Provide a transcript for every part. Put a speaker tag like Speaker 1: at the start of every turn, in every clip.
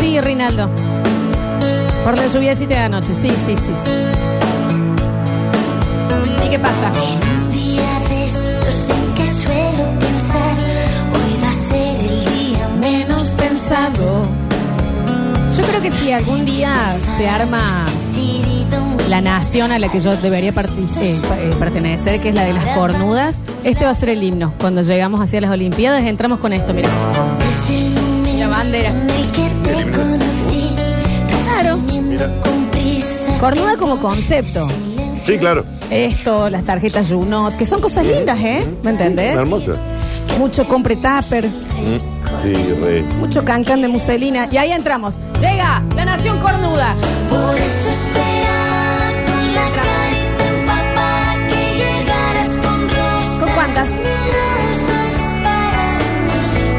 Speaker 1: Sí, Rinaldo. Por la lluviacita de anoche. Sí, sí, sí, sí. ¿Y qué pasa?
Speaker 2: En un día de estos en que suelo pensar, hoy va a ser el día menos pensado.
Speaker 1: Yo creo que si algún día se arma la nación a la que yo debería parti- eh, pa- eh, pertenecer, que es la de las cornudas, este va a ser el himno. Cuando llegamos hacia las Olimpiadas entramos con esto, mira. La bandera.
Speaker 2: En el que te conocí,
Speaker 1: Claro.
Speaker 2: resumiendo con prisas
Speaker 1: Cornuda como concepto.
Speaker 3: Sí, claro.
Speaker 1: Esto, las tarjetas Junot, que son cosas lindas, ¿eh? ¿Me entendés?
Speaker 3: Hermoso.
Speaker 1: Mucho compre tupper,
Speaker 3: Mm. Sí, re.
Speaker 1: mucho cancan de muselina. Y ahí entramos. Llega la nación cornuda.
Speaker 2: Por eso espera con la carta, papá, que llegaras con rosas.
Speaker 1: ¿Con cuántas?
Speaker 2: Rosas para mí,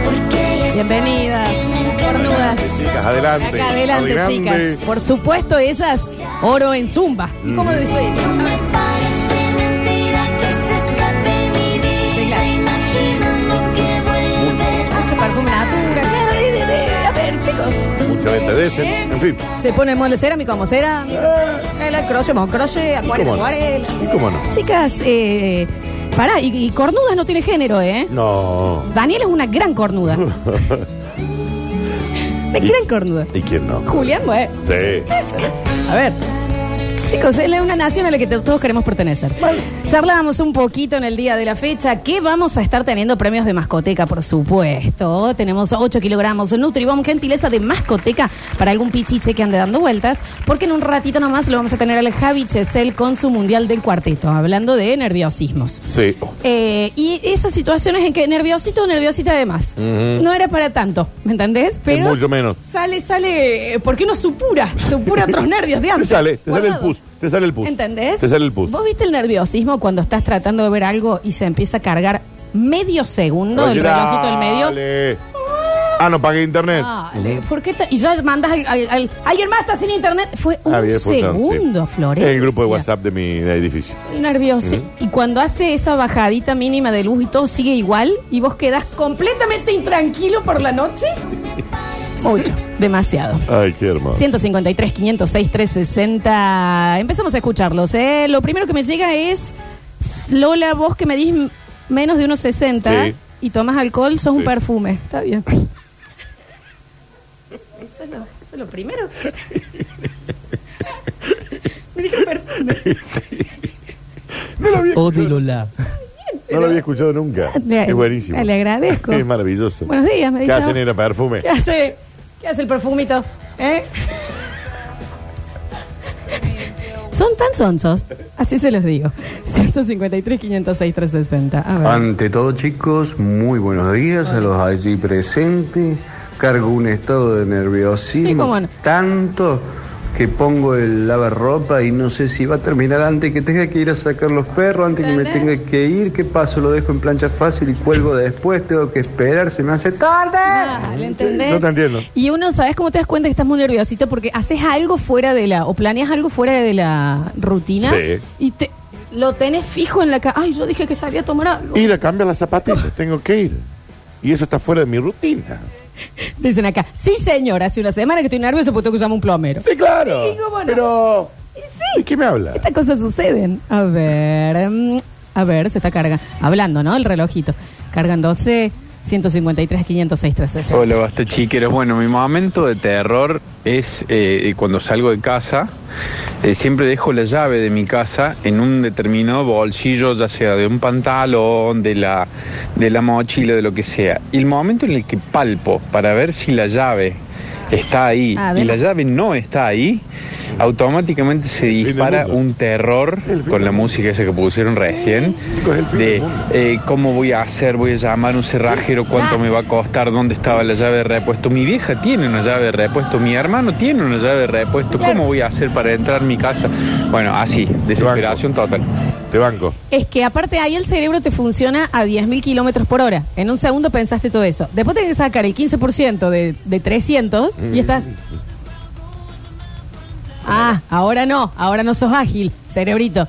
Speaker 2: porque ya sabes
Speaker 1: Bienvenidas,
Speaker 2: que me encantan
Speaker 1: cornudas.
Speaker 2: esas
Speaker 3: Chicas, adelante.
Speaker 1: Acá adelante,
Speaker 3: Adelante.
Speaker 1: chicas. Por supuesto, ellas, oro en zumba. ¿Y cómo
Speaker 3: Mm.
Speaker 1: lo hizo ella?
Speaker 2: Me parece mentira que se escape mi
Speaker 1: Sí,
Speaker 2: vida
Speaker 1: claro. Ah,
Speaker 2: imaginando que vuelves
Speaker 1: Mucho perfume natura. Claro, de- de- de- A ver, chicos.
Speaker 3: Mucha venta de ese. En fin.
Speaker 1: Se pone en modo cerámico, como cerámico. El crochet, mon crochet, acuarela,
Speaker 3: ¿Cómo no?
Speaker 1: acuarela.
Speaker 3: ¿Y cómo no?
Speaker 1: Chicas, eh, pará, y, y cornudas no tiene género, ¿eh?
Speaker 3: No.
Speaker 1: Daniel es una gran cornuda. Una gran cornuda.
Speaker 3: ¿Y quién no?
Speaker 1: Julián, bueno.
Speaker 3: Sí.
Speaker 1: A ver. Chicos, es la- una nación a la que to- todos queremos pertenecer. Charlábamos un poquito en el día de la fecha que vamos a estar teniendo premios de mascoteca, por supuesto. Tenemos 8 kilogramos de Nutribom, gentileza de mascoteca para algún pichiche que ande dando vueltas, porque en un ratito nomás lo vamos a tener al Javi Chesel con su Mundial del Cuarteto, hablando de nerviosismos.
Speaker 3: Sí. Oh,
Speaker 1: Eh, y esas situaciones en que nerviosito o nerviosita además.
Speaker 3: Ujú.
Speaker 1: No era para tanto, ¿me entendés? Pero
Speaker 3: mucho menos.
Speaker 1: Sale, sale, eh, porque uno supura, supura otros nervios de
Speaker 3: Te
Speaker 1: antes.
Speaker 3: sale, te sale el
Speaker 1: Guardado.
Speaker 3: pus. Te sale el pus.
Speaker 1: ¿Entendés?
Speaker 3: Te sale el pus.
Speaker 1: ¿Vos viste el nerviosismo cuando estás tratando de ver algo y se empieza a cargar medio segundo
Speaker 3: Oye,
Speaker 1: el relojito del medio?
Speaker 3: dale. Ah, no pagué internet.
Speaker 1: Dale, ¿por qué ta- Y ya mandas al, al- al- ¿Alguien más está sin internet? Fue un
Speaker 3: Ah, bien, fue un-
Speaker 1: segundo,
Speaker 3: sí.
Speaker 1: Florencia.
Speaker 3: El grupo de WhatsApp de mi edificio.
Speaker 1: Nervioso. Y cuando hace esa bajadita mínima de luz y todo sigue igual y vos quedás completamente intranquilo por la noche. Mucho, demasiado.
Speaker 3: Ay, qué hermoso.
Speaker 1: 153, 506, 360. Empezamos a escucharlos. ¿eh? Lo primero que me llega es, Lola, vos que me dis m- menos de unos 60
Speaker 3: Sí.
Speaker 1: y tomas alcohol, sos un
Speaker 3: Sí.
Speaker 1: perfume. Está bien. Eso es lo, eso es lo primero. me dijo perfume.
Speaker 3: No lo había,
Speaker 4: O de Lola.
Speaker 3: no lo había escuchado nunca.
Speaker 1: Le-
Speaker 3: es buenísimo.
Speaker 1: le agradezco.
Speaker 3: Es maravilloso.
Speaker 1: Buenos días, me
Speaker 3: ¿Qué
Speaker 1: dice.
Speaker 3: hacen era perfume?
Speaker 1: ¿Qué hace? ¿Qué hace el perfumito? ¿Eh? Son tan sonsos. Así se los digo. 153, 506, 360. A ver.
Speaker 5: Ante todo, chicos, muy buenos días a los allí presentes. Cargo un estado de nerviosismo
Speaker 1: Sí, cómo no.
Speaker 5: tanto que pongo el lavarropa y no sé si va a terminar antes que tenga que ir a sacar los perros, antes que me
Speaker 1: ¿Entendés?
Speaker 5: tenga que ir. ¿Qué paso? Lo dejo en plancha fácil y cuelgo después. Tengo que esperar, se me hace tarde.
Speaker 1: Ah, ¿lo entendés?
Speaker 3: No te entiendo.
Speaker 1: Y uno, ¿sabes cómo te das cuenta que estás muy nerviosito? Porque haces algo fuera de la. o planeas algo fuera de la rutina.
Speaker 3: Sí.
Speaker 1: Y te, lo tenés fijo en la cara. Ay, yo dije que sabía tomar algo.
Speaker 3: Ir a cambiar las zapatillas, tengo que ir. Y eso está fuera de mi rutina.
Speaker 1: Dicen acá. Sí, señor, hace una semana que estoy nervioso porque tengo que llamar a un plomero.
Speaker 3: Sí, claro.
Speaker 1: Sí, cómo no.
Speaker 3: Pero. ¿De qué me habla?
Speaker 1: Estas cosas suceden. A ver, mm, a ver, se está cargando. Hablando, ¿no? El relojito. Cargan 12, 153, 506, 360.
Speaker 6: Hola, basta chiqueros. Bueno, mi momento de terror es eh, cuando salgo de casa. eh, siempre dejo la llave de mi casa en un determinado bolsillo, ya sea de un pantalón, de la, de la mochila, de lo que sea. Y el momento en el que palpo para ver si la llave está ahí
Speaker 1: Ah, de
Speaker 6: y
Speaker 1: la-
Speaker 6: la llave no está ahí, automáticamente se
Speaker 3: del
Speaker 6: dispara
Speaker 3: mundo.
Speaker 6: un terror
Speaker 3: El fin
Speaker 6: con la
Speaker 3: del
Speaker 6: música esa que pusieron recién
Speaker 3: Chicos, el fin del
Speaker 6: de
Speaker 3: mundo.
Speaker 6: eh, cómo voy a hacer, voy a llamar a un cerrajero, cuánto
Speaker 1: Ya.
Speaker 6: me va a costar, dónde estaba la llave de repuesto. Mi vieja tiene una llave de repuesto, mi hermano tiene una llave de repuesto,
Speaker 1: Claro.
Speaker 6: ¿cómo voy a hacer para entrar a mi casa? Bueno, así, desesperación total.
Speaker 3: Te banco.
Speaker 1: Es que aparte ahí el cerebro te funciona a 10.000 kilómetros por hora. En un segundo pensaste todo eso. Después tenés que sacar el 15% de, de 300 y estás... Ah, ahora no, ahora no sos ágil, cerebrito.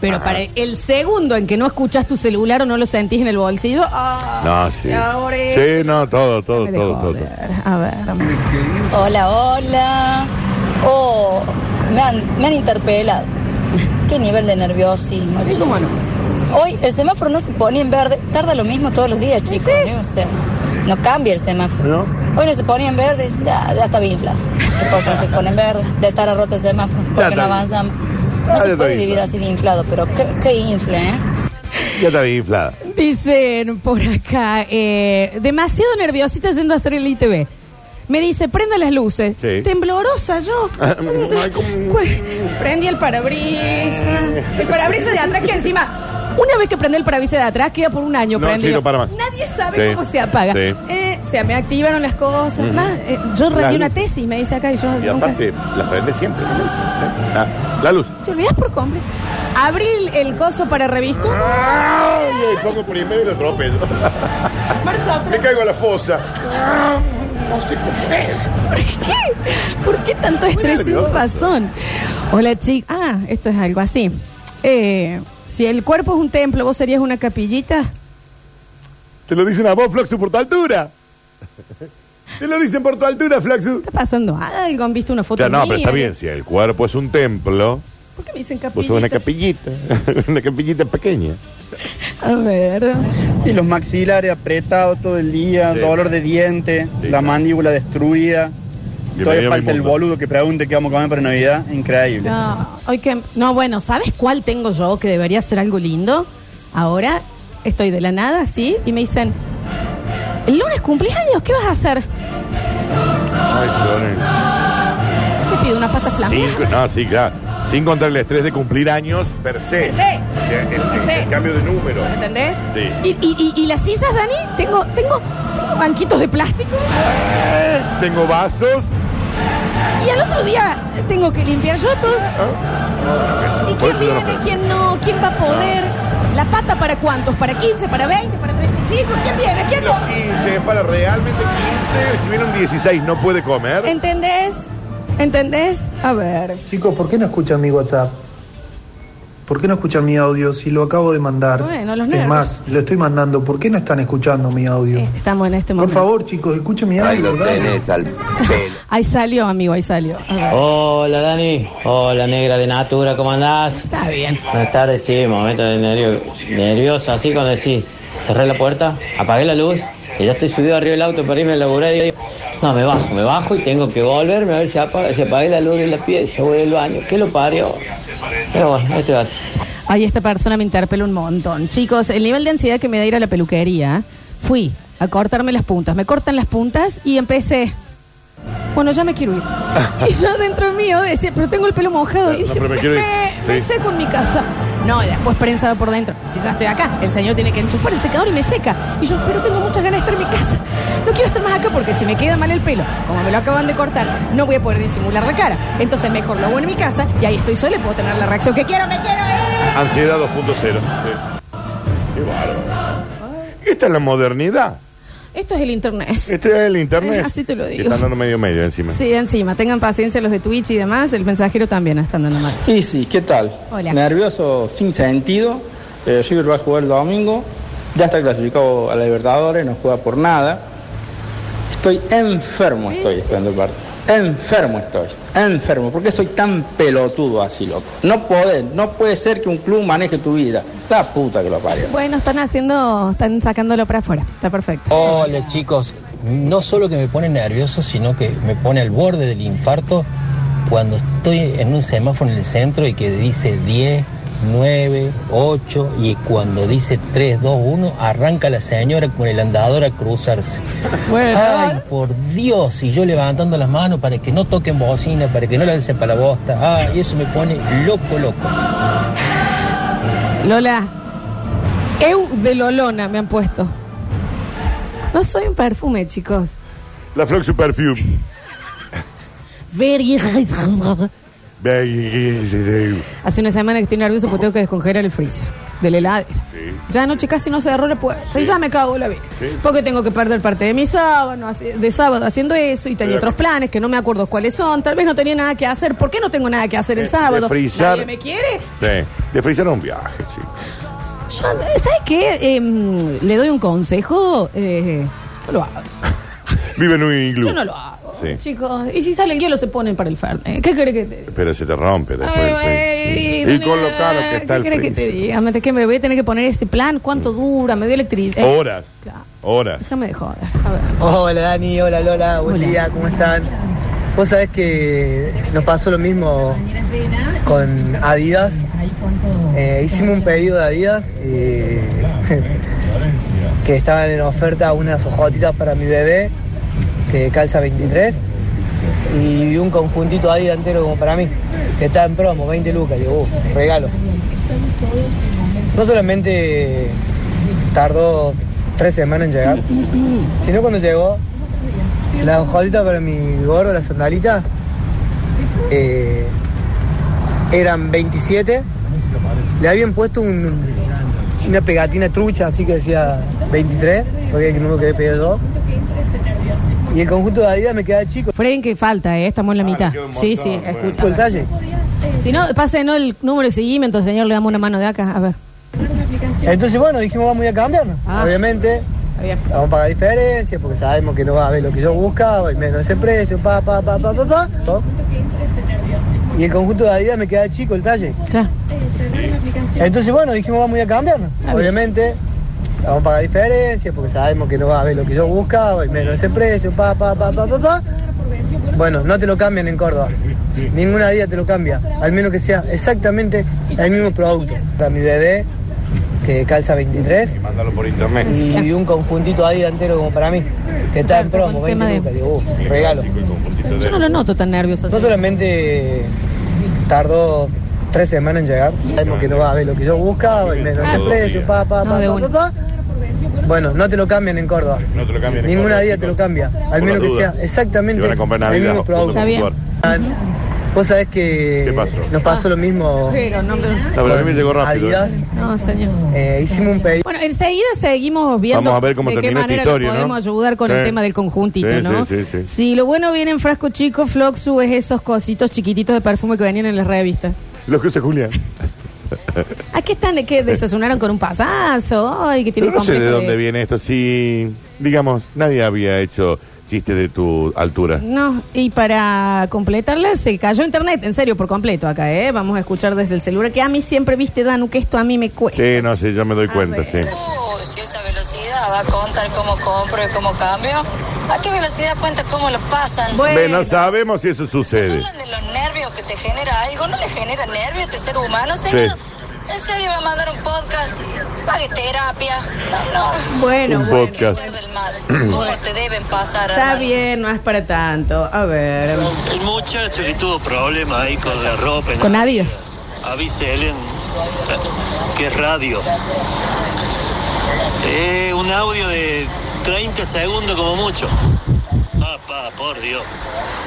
Speaker 1: Pero
Speaker 3: Ajá.
Speaker 1: para el segundo en que no escuchas tu celular o no lo sentís en el bolsillo, ah,
Speaker 3: No, sí.
Speaker 1: y ahora es-
Speaker 3: Sí, no, todo, todo,
Speaker 1: Me dejó
Speaker 3: todo, todo.
Speaker 1: ver. A ver, vamos.
Speaker 4: Hola, hola. Oh, me han, me han interpelado. Qué nivel de nerviosismo.
Speaker 1: Sí,
Speaker 4: che.
Speaker 1: cómo no.
Speaker 4: Hoy el semáforo no se pone en verde. Tarda lo mismo todos los días, chicos. ¿eh? O sea, no cambia el semáforo.
Speaker 3: ¿No?
Speaker 4: Hoy no se pone en verde. Ya, ya está bien inflado. ¿Por qué no se pone en verde? De estar roto el semáforo.
Speaker 3: Ya
Speaker 4: ¿Por qué no
Speaker 3: está bien. Ah,
Speaker 4: avanzamos?
Speaker 3: Ya
Speaker 4: No
Speaker 3: está
Speaker 4: se puede
Speaker 3: bien
Speaker 4: vivir
Speaker 3: inflado.
Speaker 4: así de inflado, pero qué, qué infla, ¿eh?
Speaker 3: Ya está bien inflada.
Speaker 1: Dicen por acá, eh, demasiado nerviosita yendo a hacer el ITV. Me dice, prenda las luces.
Speaker 3: Sí.
Speaker 1: Temblorosa yo.
Speaker 3: Ay, cómo-
Speaker 1: Cue- Prendí el parabrisas. El parabrisas de atrás que encima, una vez que prende el parabrisas de atrás, queda por un año
Speaker 3: No,
Speaker 1: prendido.
Speaker 3: sí, no para más.
Speaker 1: Nadie sabe
Speaker 3: Sí.
Speaker 1: cómo se apaga.
Speaker 3: Sí.
Speaker 1: Eh, se me activaron las cosas. nada. Eh, yo
Speaker 3: Las
Speaker 1: rendí una
Speaker 3: luces.
Speaker 1: tesis, me dice acá, y yo
Speaker 3: Y
Speaker 1: nunca...
Speaker 3: aparte, la prende siempre. La luz. La, la luz.
Speaker 1: ¿Te olvidas por completo? Abrí el, el coso para revisco.
Speaker 3: Ay, le pongo primero y lo atropello. Me caigo a la fosa. No sé cómo.
Speaker 1: ¿Por qué? ¿Por qué tanto estrés sin
Speaker 3: nervioso.
Speaker 1: razón? Hola, chica. Ah, esto es algo así. Eh, si el cuerpo es un templo, ¿vos serías una capillita?
Speaker 3: Te lo dicen a vos, Flaxu, por tu altura. Te lo dicen por tu altura, Flaxu.
Speaker 1: ¿Está pasando algo? ¿Han visto una
Speaker 3: O
Speaker 1: foto
Speaker 3: sea, no,
Speaker 1: mía?
Speaker 3: pero está bien. Si el cuerpo es un templo,
Speaker 1: ¿Por qué me dicen
Speaker 3: vos
Speaker 1: capillita?
Speaker 3: sos Pues una capillita. Una capillita pequeña.
Speaker 1: A ver.
Speaker 7: Y los maxilares apretados todo el día,
Speaker 3: Sí.
Speaker 7: dolor de diente,
Speaker 3: Sí,
Speaker 7: la
Speaker 3: claro.
Speaker 7: mandíbula destruida.
Speaker 3: Bienvenido
Speaker 7: Todavía
Speaker 3: a mi
Speaker 7: falta el
Speaker 3: mundo.
Speaker 7: boludo que pregunte qué vamos a comer para Navidad. Increíble.
Speaker 1: No, hoy que- no, bueno, ¿sabes cuál tengo yo que debería ser algo lindo? Ahora estoy de la nada, ¿sí? Y me dicen, el lunes cumpleaños, ¿qué vas a hacer?
Speaker 3: Ay, Florencia.
Speaker 1: Te pido una pata flameada.
Speaker 3: Sin, no, sí, claro. Sin contar el estrés de cumplir años per se.
Speaker 1: Per se.
Speaker 3: O sea, el, el-
Speaker 1: Per se.
Speaker 3: el cambio de número.
Speaker 1: ¿Entendés?
Speaker 3: Sí.
Speaker 1: Y, y- y- y las sillas, Dani, tengo, tengo, tengo banquitos de plástico
Speaker 3: Tengo vasos.
Speaker 1: y al otro día tengo que limpiar yo todo.
Speaker 8: Ah.
Speaker 1: ¿Y
Speaker 3: Por
Speaker 1: quién
Speaker 3: eso yo no
Speaker 1: viene?
Speaker 3: puedo.
Speaker 1: ¿Quién no? ¿Quién va a poder? ¿La pata para cuántos? ¿Para 15? ¿Para 20? ¿Para 35? ¿Quién viene? ¿Quién
Speaker 3: Los
Speaker 1: no?
Speaker 3: 15, para realmente 15. Si viene un 16, no puede comer.
Speaker 1: ¿Entendés? ¿Entendés? A ver.
Speaker 8: Chicos, ¿por qué no escuchan mi WhatsApp? ¿Por qué no escuchan mi audio si lo acabo de mandar?
Speaker 1: Bueno, los nervios.
Speaker 8: es más, lo estoy mandando. ¿Por qué no están escuchando mi audio?
Speaker 1: Eh, estamos en este
Speaker 8: Por
Speaker 1: momento.
Speaker 8: favor, chicos, escuchen mi audio. dale.
Speaker 1: Ahí salió, amigo, ahí salió. A ver.
Speaker 9: Hola Dani, hola negra de Natura, ¿cómo andás?
Speaker 1: Está bien.
Speaker 9: Buenas tardes, sí, momento de nervio, nervioso, así cuando decís, cerré la puerta, apagué la luz, y ya estoy subido arriba del auto para irme a laburar y digo, no, me bajo, me bajo y tengo que volverme a ver si, apa- si apagué la luz y la pieza, voy al baño, ¿qué lo parió? Pero bueno, esto es así.
Speaker 1: Ay, esta persona me interpela un montón. Chicos, el nivel de ansiedad que me da ir a la peluquería, fui a cortarme las puntas. Me cortan las puntas y empecé. Bueno, ya me quiero ir. Y yo dentro mío decía, pero tengo el pelo mojado. Y
Speaker 3: No,
Speaker 1: dije,
Speaker 3: pero me
Speaker 1: me,
Speaker 3: quiero ir.
Speaker 1: me
Speaker 3: Sí.
Speaker 1: seco en mi casa. No, y después prensaba por dentro. Si ya estoy acá, el señor tiene que enchufar el secador y me seca. Y yo, pero tengo muchas ganas de estar en mi casa. No quiero estar más acá porque si me queda mal el pelo, como me lo acaban de cortar, no voy a poder disimular la cara. Entonces mejor lo hago en mi casa y ahí estoy sola y puedo tener la reacción que quiero. ¡Me quiero ir!
Speaker 3: Ansiedad 2.0. Sí. Qué bárbaro. Esta es la modernidad.
Speaker 1: Esto es el internet.
Speaker 3: Este es el internet.
Speaker 1: Eh, así te lo digo.
Speaker 3: Que están dando medio medio encima.
Speaker 1: Sí, encima, tengan paciencia los de Twitch y demás, el mensajero también está andando mal.
Speaker 7: Y sí, ¿qué tal?
Speaker 1: Hola.
Speaker 7: Nervioso, sin sentido. Eh, River va a jugar el domingo. Ya está clasificado a la Libertadores, no juega por nada. Estoy enfermo, estoy esperando el partido. Enfermo estoy, enfermo. ¿Por qué soy tan pelotudo así, loco? No puede, no puede ser que un club maneje tu vida. La puta que lo parió.
Speaker 1: Bueno, están haciendo, están sacándolo para afuera, está perfecto.
Speaker 9: Hola chicos, no solo que me pone nervioso, sino que me pone al borde del infarto cuando estoy en un semáforo en el centro y que dice 10, 9, 8 y cuando dice 3, 2, 1 arranca la señora con el andador a cruzarse.
Speaker 7: Oh.
Speaker 1: Bueno,
Speaker 9: Ay, por Dios, y yo levantando las manos para que no toquen bocina, para que no lancen para la bosta. Ay, eso me pone loco, loco.
Speaker 1: Lola, Eu de Lolona me han puesto. No soy un perfume, chicos.
Speaker 3: La Flox Perfume.
Speaker 1: Very- Hace una semana que estoy nervioso porque tengo que descongelar el freezer. de la heladera.
Speaker 3: Sí.
Speaker 1: Ya anoche casi no cerró la puerta y ya me cago en la vida.
Speaker 3: Sí.
Speaker 1: Porque tengo que perder parte de mi sábado, así- de sábado haciendo eso y tenía
Speaker 3: Pero-
Speaker 1: otros planes que no me acuerdo cuáles son. Tal vez no tenía nada que hacer. ¿Por qué no tengo nada que hacer el
Speaker 3: Eh,
Speaker 1: sábado?
Speaker 3: de frizar-
Speaker 1: ¿Nadie me quiere?
Speaker 3: Sí. De frizar un viaje, sí.
Speaker 1: Yo, ¿Sabes qué? Eh, mm, Le doy un consejo. Eh, no lo hago.
Speaker 3: Vive en un iglú.
Speaker 1: Yo no lo hago.
Speaker 3: Sí.
Speaker 1: Chicos, y si sale el hielo se ponen para el fernet. Eh, ¿Qué querés que te diga?
Speaker 3: Pero se te rompe después. el
Speaker 1: Ay,
Speaker 3: freezer.
Speaker 1: güey,
Speaker 3: y con lo caro que está el Mm.
Speaker 1: ¿Qué querés que te
Speaker 3: freezer.
Speaker 1: diga? Me- que me voy a tener que poner ese plan? ¿Cuánto dura? ¿Me dio electricidad? Eh,
Speaker 3: Horas.
Speaker 1: Claro.
Speaker 3: Horas.
Speaker 1: Déjame de joder. A ver.
Speaker 9: Hola Dani, hola Lola, buen
Speaker 1: Hola.
Speaker 9: día, ¿cómo están? Vos sabés que nos pasó lo mismo con Adidas. Eh, hicimos un pedido de Adidas eh, que estaban en oferta unas hojotitas para mi bebé que calza 23 y un conjuntito Adidas entero como para mí que está en promo, 20 lucas. Digo, "Uh, regalo. No solamente tardó tres semanas en llegar, sino cuando llegó, la hojadita para mi gordo, la sandalita, eh, eran 27. Le habían puesto un- una pegatina trucha, así que decía 23, porque es el número que había pedido yo. Y el conjunto de Adidas me queda chico.
Speaker 1: Frenen que falta, eh, estamos en la
Speaker 3: Ah,
Speaker 1: mitad.
Speaker 3: le queda un
Speaker 1: Sí,
Speaker 3: montón,
Speaker 1: sí,
Speaker 3: bueno.
Speaker 1: escucha.
Speaker 9: el talle.
Speaker 1: Si no, pásenos el número de seguimiento, señor, le damos una mano de acá. A ver.
Speaker 9: Entonces, bueno, dijimos, vamos a ir a cambiar.
Speaker 1: Ah.
Speaker 9: Obviamente,
Speaker 1: Está bien.
Speaker 9: Vamos a pagar diferencia porque sabemos que no va a haber lo que yo buscaba y menos ese precio, pa, pa, pa, pa, pa, pa. ¿no? Y el conjunto de Adidas me queda chico el talle.
Speaker 1: Claro.
Speaker 9: Entonces, bueno, dijimos vamos a ir a cambiar.
Speaker 1: Ah, bien.
Speaker 9: Obviamente, vamos a pagar diferencia porque sabemos que no va a haber lo que yo buscaba y menos ese precio, pa, pa, pa, pa, pa, pa. Bueno, no te lo cambian en Córdoba. Ninguna Adidas te lo cambia, al menos que sea exactamente el mismo producto. Para mi bebé, que calza 23,
Speaker 3: Y mándalo por internet.
Speaker 9: y un conjuntito ahí entero como para mí, que está en
Speaker 1: Claro,
Speaker 9: promo,
Speaker 1: con tema
Speaker 9: 20
Speaker 1: de-
Speaker 9: lucas, digo, uh, regalo.
Speaker 3: Chico, el conjuntito de-
Speaker 1: Yo no lo noto tan nervioso.
Speaker 9: No
Speaker 1: así.
Speaker 9: solamente tardó tres semanas en llegar, sabemos que no va a haber lo que yo buscaba, y menos el precio, pa, pa,
Speaker 1: No,
Speaker 9: pa,
Speaker 1: de
Speaker 9: pa,
Speaker 1: una.
Speaker 9: pa, pa. Bueno, no te lo cambian en Córdoba.
Speaker 3: No te lo cambian en
Speaker 9: Ninguna
Speaker 3: Córdoba,
Speaker 9: día te
Speaker 3: chicos.
Speaker 9: lo cambia, al
Speaker 3: Por
Speaker 9: menos
Speaker 3: las
Speaker 9: que sea
Speaker 3: dudas. Si
Speaker 9: exactamente
Speaker 3: van a comprar
Speaker 9: el
Speaker 3: Navidad,
Speaker 9: mismo
Speaker 3: junto con
Speaker 9: producto.
Speaker 1: Está bien.
Speaker 3: Suar.
Speaker 9: Vos sabés que
Speaker 3: ¿Qué pasó?
Speaker 9: nos pasó lo mismo
Speaker 1: Pero no, pero-
Speaker 3: No, pero a mí me llegó rápido.
Speaker 9: Adidas,
Speaker 3: ¿eh?
Speaker 1: no, señor.
Speaker 9: eh, hicimos un pedido.
Speaker 1: Bueno, enseguida seguimos viendo
Speaker 3: Vamos a ver cómo
Speaker 1: de qué
Speaker 3: termina esta
Speaker 1: manera
Speaker 3: historia,
Speaker 1: lo
Speaker 3: ¿no?
Speaker 1: podemos ayudar con el
Speaker 3: Sí.
Speaker 1: tema del conjuntito,
Speaker 3: Sí,
Speaker 1: ¿no?
Speaker 3: sí, sí, sí.
Speaker 1: Si lo bueno viene en frasco chico, Floxu es esos cositos chiquititos de perfume que venían en las revistas.
Speaker 3: Los que usa Julián.
Speaker 1: ¿A qué están? ¿Qué desayunaron con un pasazo? Ay, que tiene
Speaker 3: Pero no sé de
Speaker 1: complejo
Speaker 3: dónde viene esto. Si, digamos, nadie había hecho chistes de tu altura.
Speaker 1: No, y para completarla se cayó internet, en serio, por completo acá, ¿eh? Vamos a escuchar desde el celular, que a mí siempre viste, Danu, que esto a mí me cuesta.
Speaker 3: Sí, no sé, yo me doy cuenta, sí.
Speaker 4: Uy, si esa velocidad va a contar cómo compro y cómo cambio, ¿a qué velocidad cuenta cómo lo pasan?
Speaker 1: Bueno.
Speaker 3: Ve, no sabemos si eso sucede.
Speaker 4: Hablan de los nervios que te genera algo, ¿no le genera nervios a este ser humano, señor? ¿En serio va a mandar un podcast? Pague terapia. No, no.
Speaker 1: Bueno,
Speaker 3: Un
Speaker 1: bueno,
Speaker 3: podcast.
Speaker 4: Ser del mal. ¿Cómo te deben pasar?
Speaker 1: está
Speaker 4: hermano?
Speaker 1: bien, no es para tanto. A ver,
Speaker 10: El muchacho que tuvo problemas ahí con la ropa,
Speaker 1: con Adidas.
Speaker 10: avísele en- que es radio. Eh, un audio de 30 segundos como mucho. Papá, por Dios.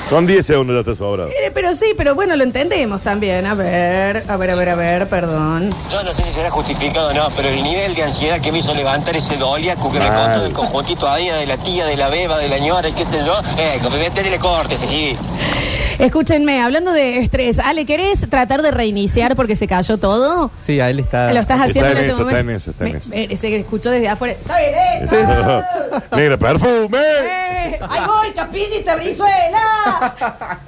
Speaker 3: Con 10 segundos ya está sobrado.
Speaker 1: Eh, Pero sí, pero bueno, lo entendemos también. A ver, a ver, a ver, a ver, perdón.
Speaker 10: Yo no sé si será justificado o no, pero el nivel de ansiedad que me hizo levantar ese doliacu que me
Speaker 3: Mal.
Speaker 11: Ah.
Speaker 10: contó del conjuntito ahí, de la tía, de la beba, de la ñora, y qué sé yo, eh, métele corte, sí.
Speaker 1: Escúchenme, hablando de estrés, Ale, ¿querés tratar de reiniciar porque se cayó todo?
Speaker 9: Sí, a él está.
Speaker 1: Lo estás
Speaker 3: Ah, Está
Speaker 1: haciendo
Speaker 3: en
Speaker 1: en, ese
Speaker 3: eso,
Speaker 1: momento.
Speaker 3: está en eso, está en eso.
Speaker 1: Me- eh, se escuchó desde afuera. ¡Está bien, eh!
Speaker 3: Negra perfume.
Speaker 1: ¡Eh! ¡Ahí voy, Capillita Brizuela!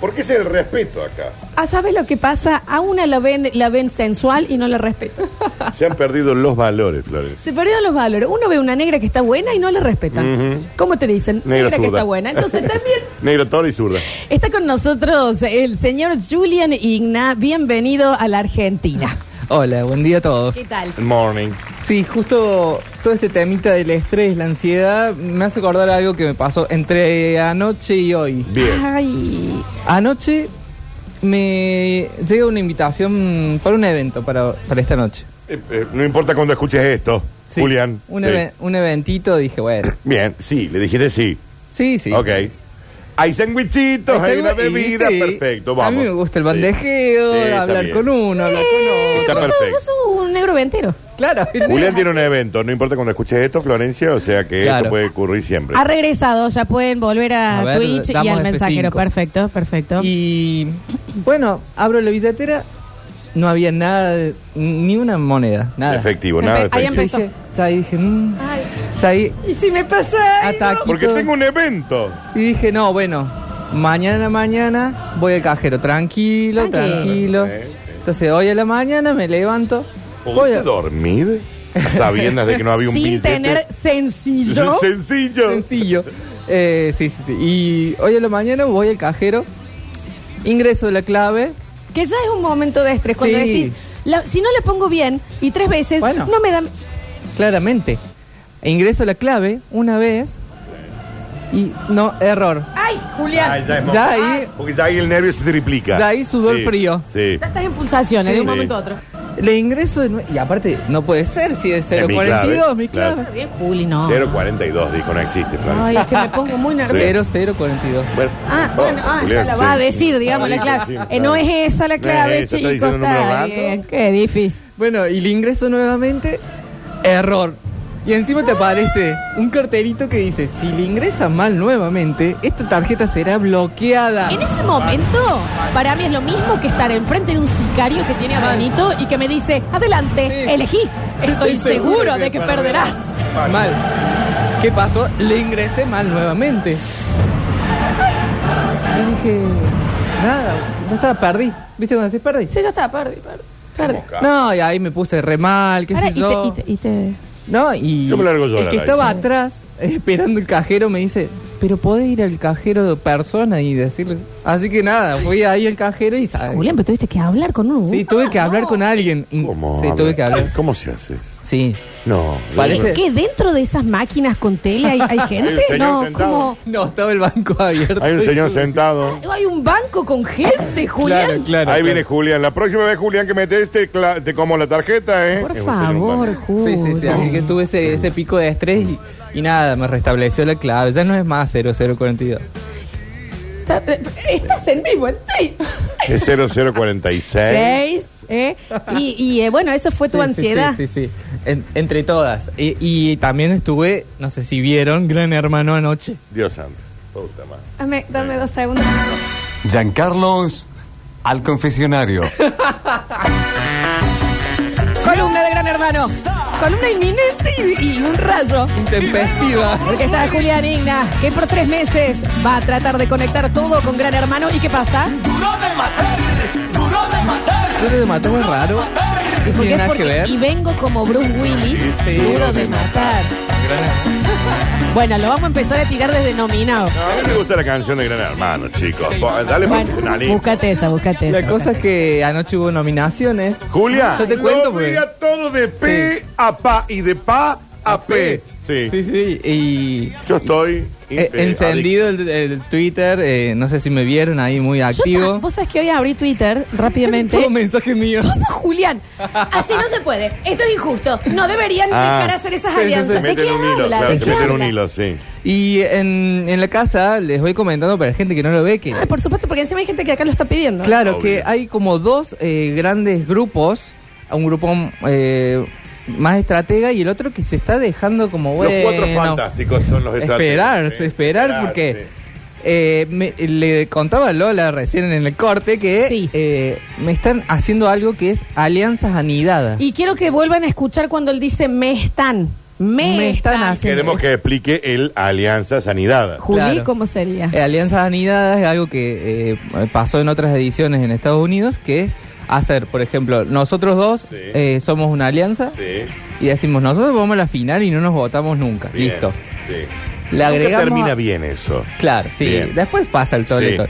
Speaker 3: ¿Por qué es el respeto acá?
Speaker 1: Ah, ¿sabes lo que pasa? A una la ven, la ven sensual y no la respetan.
Speaker 3: Se han perdido los valores, Flores.
Speaker 1: Se perdieron los valores. Uno ve una negra que está buena y no la respetan.
Speaker 3: Ujú.
Speaker 1: ¿Cómo te dicen?
Speaker 3: Negra,
Speaker 1: que
Speaker 3: zurda.
Speaker 1: está buena. Entonces también
Speaker 3: Negra toro y zurda.
Speaker 1: está con nosotros el señor Julian Igna. Bienvenido a la Argentina.
Speaker 9: Hola, buen día a todos.
Speaker 1: ¿Qué tal?
Speaker 3: Morning.
Speaker 9: Sí, justo todo este temita del estrés, la ansiedad, me hace acordar algo que me pasó entre anoche y hoy.
Speaker 3: Bien.
Speaker 1: Ay,
Speaker 9: Anoche me llega una invitación para un evento para, para esta noche.
Speaker 3: Eh, eh, no importa cuando escuches esto,
Speaker 9: Sí,
Speaker 3: Julián.
Speaker 9: Un,
Speaker 3: Sí.
Speaker 9: even- un eventito, dije, bueno.
Speaker 3: Bien, sí, le dijiste sí.
Speaker 9: Sí, sí.
Speaker 3: Ok. Hay sandwichitos, hay una bebida,
Speaker 11: Y sí,
Speaker 3: perfecto,
Speaker 11: A mí
Speaker 3: vamos.
Speaker 11: me gusta el bandejeo,
Speaker 3: Sí, está
Speaker 11: hablar
Speaker 3: bien.
Speaker 11: con uno, hablar con otro.
Speaker 3: Está
Speaker 1: Eh, Vos sos-
Speaker 3: perfecto.
Speaker 1: vos sos un negro ventero.
Speaker 11: Claro.
Speaker 3: Julián tiene un evento, no importa cuando escuches esto, Florencia, o sea que
Speaker 11: Claro.
Speaker 3: esto puede ocurrir siempre.
Speaker 1: Ha regresado, ya pueden volver a,
Speaker 11: A ver,
Speaker 1: Twitch y
Speaker 11: damos este
Speaker 1: al
Speaker 11: F5.
Speaker 1: mensajero. Perfecto, perfecto.
Speaker 11: Y bueno, abro la billetera, no había nada, de- ni una moneda, nada.
Speaker 3: Efectivo, nada pues, de
Speaker 1: Ahí
Speaker 3: efectivo.
Speaker 1: empezó.
Speaker 11: Dije, ya ahí dije, mm,
Speaker 1: Ay,
Speaker 11: ya ahí
Speaker 1: ¿Y si me pasa? algo?
Speaker 11: hasta aquí
Speaker 3: Porque
Speaker 11: todo.
Speaker 3: tengo un evento.
Speaker 11: Y dije, no, bueno, mañana, mañana voy al cajero, tranquilo,
Speaker 1: Tranquilo.
Speaker 11: tranquilo.
Speaker 3: Sí, sí.
Speaker 11: Entonces hoy a la mañana me levanto, voy
Speaker 3: Eh, ¿Pudiste
Speaker 11: a...
Speaker 3: dormir? A sabiendas de este. que no había un
Speaker 1: Sin
Speaker 3: billete.
Speaker 1: tener sencillo.
Speaker 3: Sencillo.
Speaker 11: Sencillo. Eh, sí, sí, sí. Y hoy a la mañana voy al cajero, ingreso la clave,
Speaker 1: Que ya es un momento de estrés. Cuando
Speaker 11: Sí.
Speaker 1: decís, la- si no le pongo bien y tres veces,
Speaker 11: Bueno.
Speaker 1: no me da.
Speaker 11: claramente. E ingreso la clave una vez y no, error.
Speaker 1: ¡Ay, Julián!
Speaker 3: Ay, Ah, ya es
Speaker 11: Ya
Speaker 3: momento.
Speaker 11: ahí-
Speaker 3: Porque ya ahí el nervio se triplica.
Speaker 11: Ya ahí sudor
Speaker 3: Sí,
Speaker 11: frío.
Speaker 3: Sí.
Speaker 1: Ya estás en pulsaciones de un
Speaker 3: Sí.
Speaker 1: momento a otro.
Speaker 11: Le ingreso de nue- Y aparte, no puede ser si es
Speaker 3: Es mi clave,
Speaker 11: 042, mi
Speaker 3: claro.
Speaker 11: clave.
Speaker 1: Está bien, Juli, no.
Speaker 3: 042, dijo, no existe,
Speaker 1: Ay,
Speaker 3: Florencia.
Speaker 1: es que me pongo muy nerviosa.
Speaker 11: 0042.
Speaker 3: Bueno,
Speaker 1: Ah,
Speaker 3: oh,
Speaker 1: bueno, ah, ya
Speaker 3: Julián,
Speaker 1: la va
Speaker 3: sí.
Speaker 1: a decir, digamos, la
Speaker 3: Sí,
Speaker 1: clave.
Speaker 3: sí,
Speaker 1: Eh, no es
Speaker 3: claro.
Speaker 1: esa la
Speaker 3: No
Speaker 1: clave,
Speaker 3: es esa, está
Speaker 1: chicos.
Speaker 3: diciendo un número
Speaker 1: está
Speaker 3: random.
Speaker 1: bien, Qué difícil.
Speaker 11: Bueno, y le ingreso nuevamente, error. Y encima te aparece un carterito que dice, si le ingresas mal nuevamente, esta tarjeta será bloqueada.
Speaker 3: Ah.
Speaker 1: En ese momento, para mí es lo mismo que estar enfrente de un sicario que tiene a Benito y que me dice, adelante,
Speaker 11: Sí.
Speaker 1: elegí. Estoy
Speaker 11: Estoy seguro
Speaker 1: seguro
Speaker 11: que
Speaker 1: de que perderás.
Speaker 11: perderás". Mal. ¿Qué pasó? Le ingresé mal nuevamente. Y dije, nada, no estaba, perdí. ¿Viste cuando decís perdí?
Speaker 1: Sí, ya está, perdí, perdí. perdí.
Speaker 11: No, y ahí me puse re mal, qué
Speaker 1: Ahora,
Speaker 11: sé
Speaker 1: y,
Speaker 11: yo.
Speaker 1: te, y te- y te-
Speaker 11: No, y
Speaker 3: Yo me largo a llorar
Speaker 11: el que
Speaker 3: ahí,
Speaker 11: estaba
Speaker 3: sí.
Speaker 11: atrás eh, esperando el cajero me dice, pero podés ir al cajero de persona y decirle. Así que nada, fui ahí al cajero y sa-
Speaker 1: Julián, pero tuviste que hablar con uno.
Speaker 11: Sí, tuve que hablar con alguien. Y-
Speaker 3: ¿Cómo?
Speaker 11: Sí,
Speaker 3: habla?
Speaker 11: tuve que hablar.
Speaker 3: ¿Cómo se hace? eso?
Speaker 11: Sí.
Speaker 3: No.
Speaker 11: Parece-
Speaker 1: ¿Qué? ¿Dentro de esas máquinas con tele hay, hay gente?
Speaker 3: señor
Speaker 1: no,
Speaker 3: sentado.
Speaker 1: como...
Speaker 11: No, estaba el banco abierto.
Speaker 3: Hay un señor sentado.
Speaker 1: Hay un banco con gente, Julián.
Speaker 11: Claro, claro.
Speaker 3: Ahí viene
Speaker 11: claro.
Speaker 3: Julián. La próxima vez, Julián, que metes, te, cla- te como la tarjeta, ¿eh?
Speaker 1: Por
Speaker 3: Es un señor
Speaker 1: favor,
Speaker 3: humano.
Speaker 11: Sí,
Speaker 1: Julián.
Speaker 11: sí, sí. Así que tuve ese, ese pico de estrés y, y nada, me restableció la clave. Ya no es más 0042.
Speaker 1: Está- eh, Estás en vivo en Twitch.
Speaker 3: Es 0046.
Speaker 1: Seis, ¿eh? Y, y, eh, bueno, eso fue tu
Speaker 11: Sí, sí,
Speaker 1: ansiedad.
Speaker 11: Sí, sí, sí. En- entre todas. Y, y también estuve, no sé si vieron, Gran Hermano anoche.
Speaker 3: Dios santo. Puta madre.
Speaker 1: Dame, dame dos segundos.
Speaker 12: Giancarlos al confesionario.
Speaker 1: Columna de Gran Hermano. Columna inminente y, y un rayo.
Speaker 11: Intempestiva.
Speaker 1: Porque está Julián Igna, que por tres meses va a tratar de conectar todo con Gran Hermano. ¿Y qué pasa?
Speaker 11: Yo te mató muy raro. No
Speaker 1: Porque
Speaker 11: tiene
Speaker 1: es
Speaker 11: nada que
Speaker 1: porque-
Speaker 11: ver.
Speaker 1: y vengo como Bruce Willis,
Speaker 11: Sí, sí,
Speaker 1: duro de
Speaker 11: sí.
Speaker 1: matar. Bueno, lo vamos a empezar a tirar desde nominado.
Speaker 3: No, a mí me gusta la canción de Gran Hermano, chicos. Po- Dale pues,
Speaker 1: Bueno,
Speaker 3: un anillo.
Speaker 1: búscate esa, búscate
Speaker 11: La
Speaker 1: esa.
Speaker 11: cosa es que anoche hubo nominaciones.
Speaker 3: Julián,
Speaker 11: Yo te
Speaker 3: lo
Speaker 11: cuento, pues.
Speaker 3: mira todo de P
Speaker 11: Sí.
Speaker 3: a pa y de pa a, P. Sí.
Speaker 11: Sí, sí. Y.
Speaker 3: Yo estoy
Speaker 11: eh,
Speaker 3: impe-
Speaker 11: encendido el, el Twitter, eh, no sé si me vieron ahí muy
Speaker 1: Yo ta-
Speaker 11: activo.
Speaker 1: Vos sabés que hoy abrí Twitter rápidamente.
Speaker 11: Todo mensaje mío.
Speaker 1: Todo Julián. Así no se puede. Esto es injusto. No deberían
Speaker 3: Ah.
Speaker 1: dejar hacer esas
Speaker 11: Sí, sí, sí.
Speaker 1: alianzas.
Speaker 3: Se
Speaker 1: ¿De
Speaker 3: meten
Speaker 1: qué
Speaker 3: un hilo,
Speaker 1: habla?
Speaker 3: claro,
Speaker 1: ¿De
Speaker 3: se
Speaker 1: qué
Speaker 3: meten un
Speaker 1: habla?
Speaker 3: hilo, sí.
Speaker 11: Y en, en la casa les voy comentando para la gente que no lo ve que.
Speaker 1: Ah, por supuesto, porque encima hay gente que acá lo está pidiendo.
Speaker 11: Claro,
Speaker 3: Obvio.
Speaker 11: que hay como dos eh, grandes grupos, un grupo eh, más estratega y el otro que se está dejando como bueno.
Speaker 3: los cuatro fantásticos son los
Speaker 11: Esperar,
Speaker 3: estrategas, ¿eh?
Speaker 11: esperar, porque eh, me- le contaba a Lola recién en el corte que
Speaker 1: Sí.
Speaker 11: eh, me están haciendo algo que es alianzas anidadas.
Speaker 1: Y quiero que vuelvan a escuchar cuando él dice me están. Me,
Speaker 11: Me están
Speaker 1: están.
Speaker 11: haciendo-
Speaker 3: Queremos que explique el Alianza Sanidad.
Speaker 1: Juli,
Speaker 11: Claro.
Speaker 1: ¿cómo sería?
Speaker 11: Eh, alianzas anidadas es algo que eh, pasó en otras ediciones en Estados Unidos, que es hacer, por ejemplo, nosotros dos
Speaker 3: Sí.
Speaker 11: eh, somos una alianza.
Speaker 3: Sí.
Speaker 11: Y decimos, nosotros vamos a la final y no nos votamos nunca.
Speaker 3: bien,
Speaker 11: Listo.
Speaker 3: Sí.
Speaker 11: Le
Speaker 3: Nunca
Speaker 11: agregamos.
Speaker 3: termina
Speaker 11: a-
Speaker 3: bien eso.
Speaker 11: Claro, sí.
Speaker 3: Bien.
Speaker 11: Después pasa el
Speaker 3: Sí.
Speaker 11: toleto.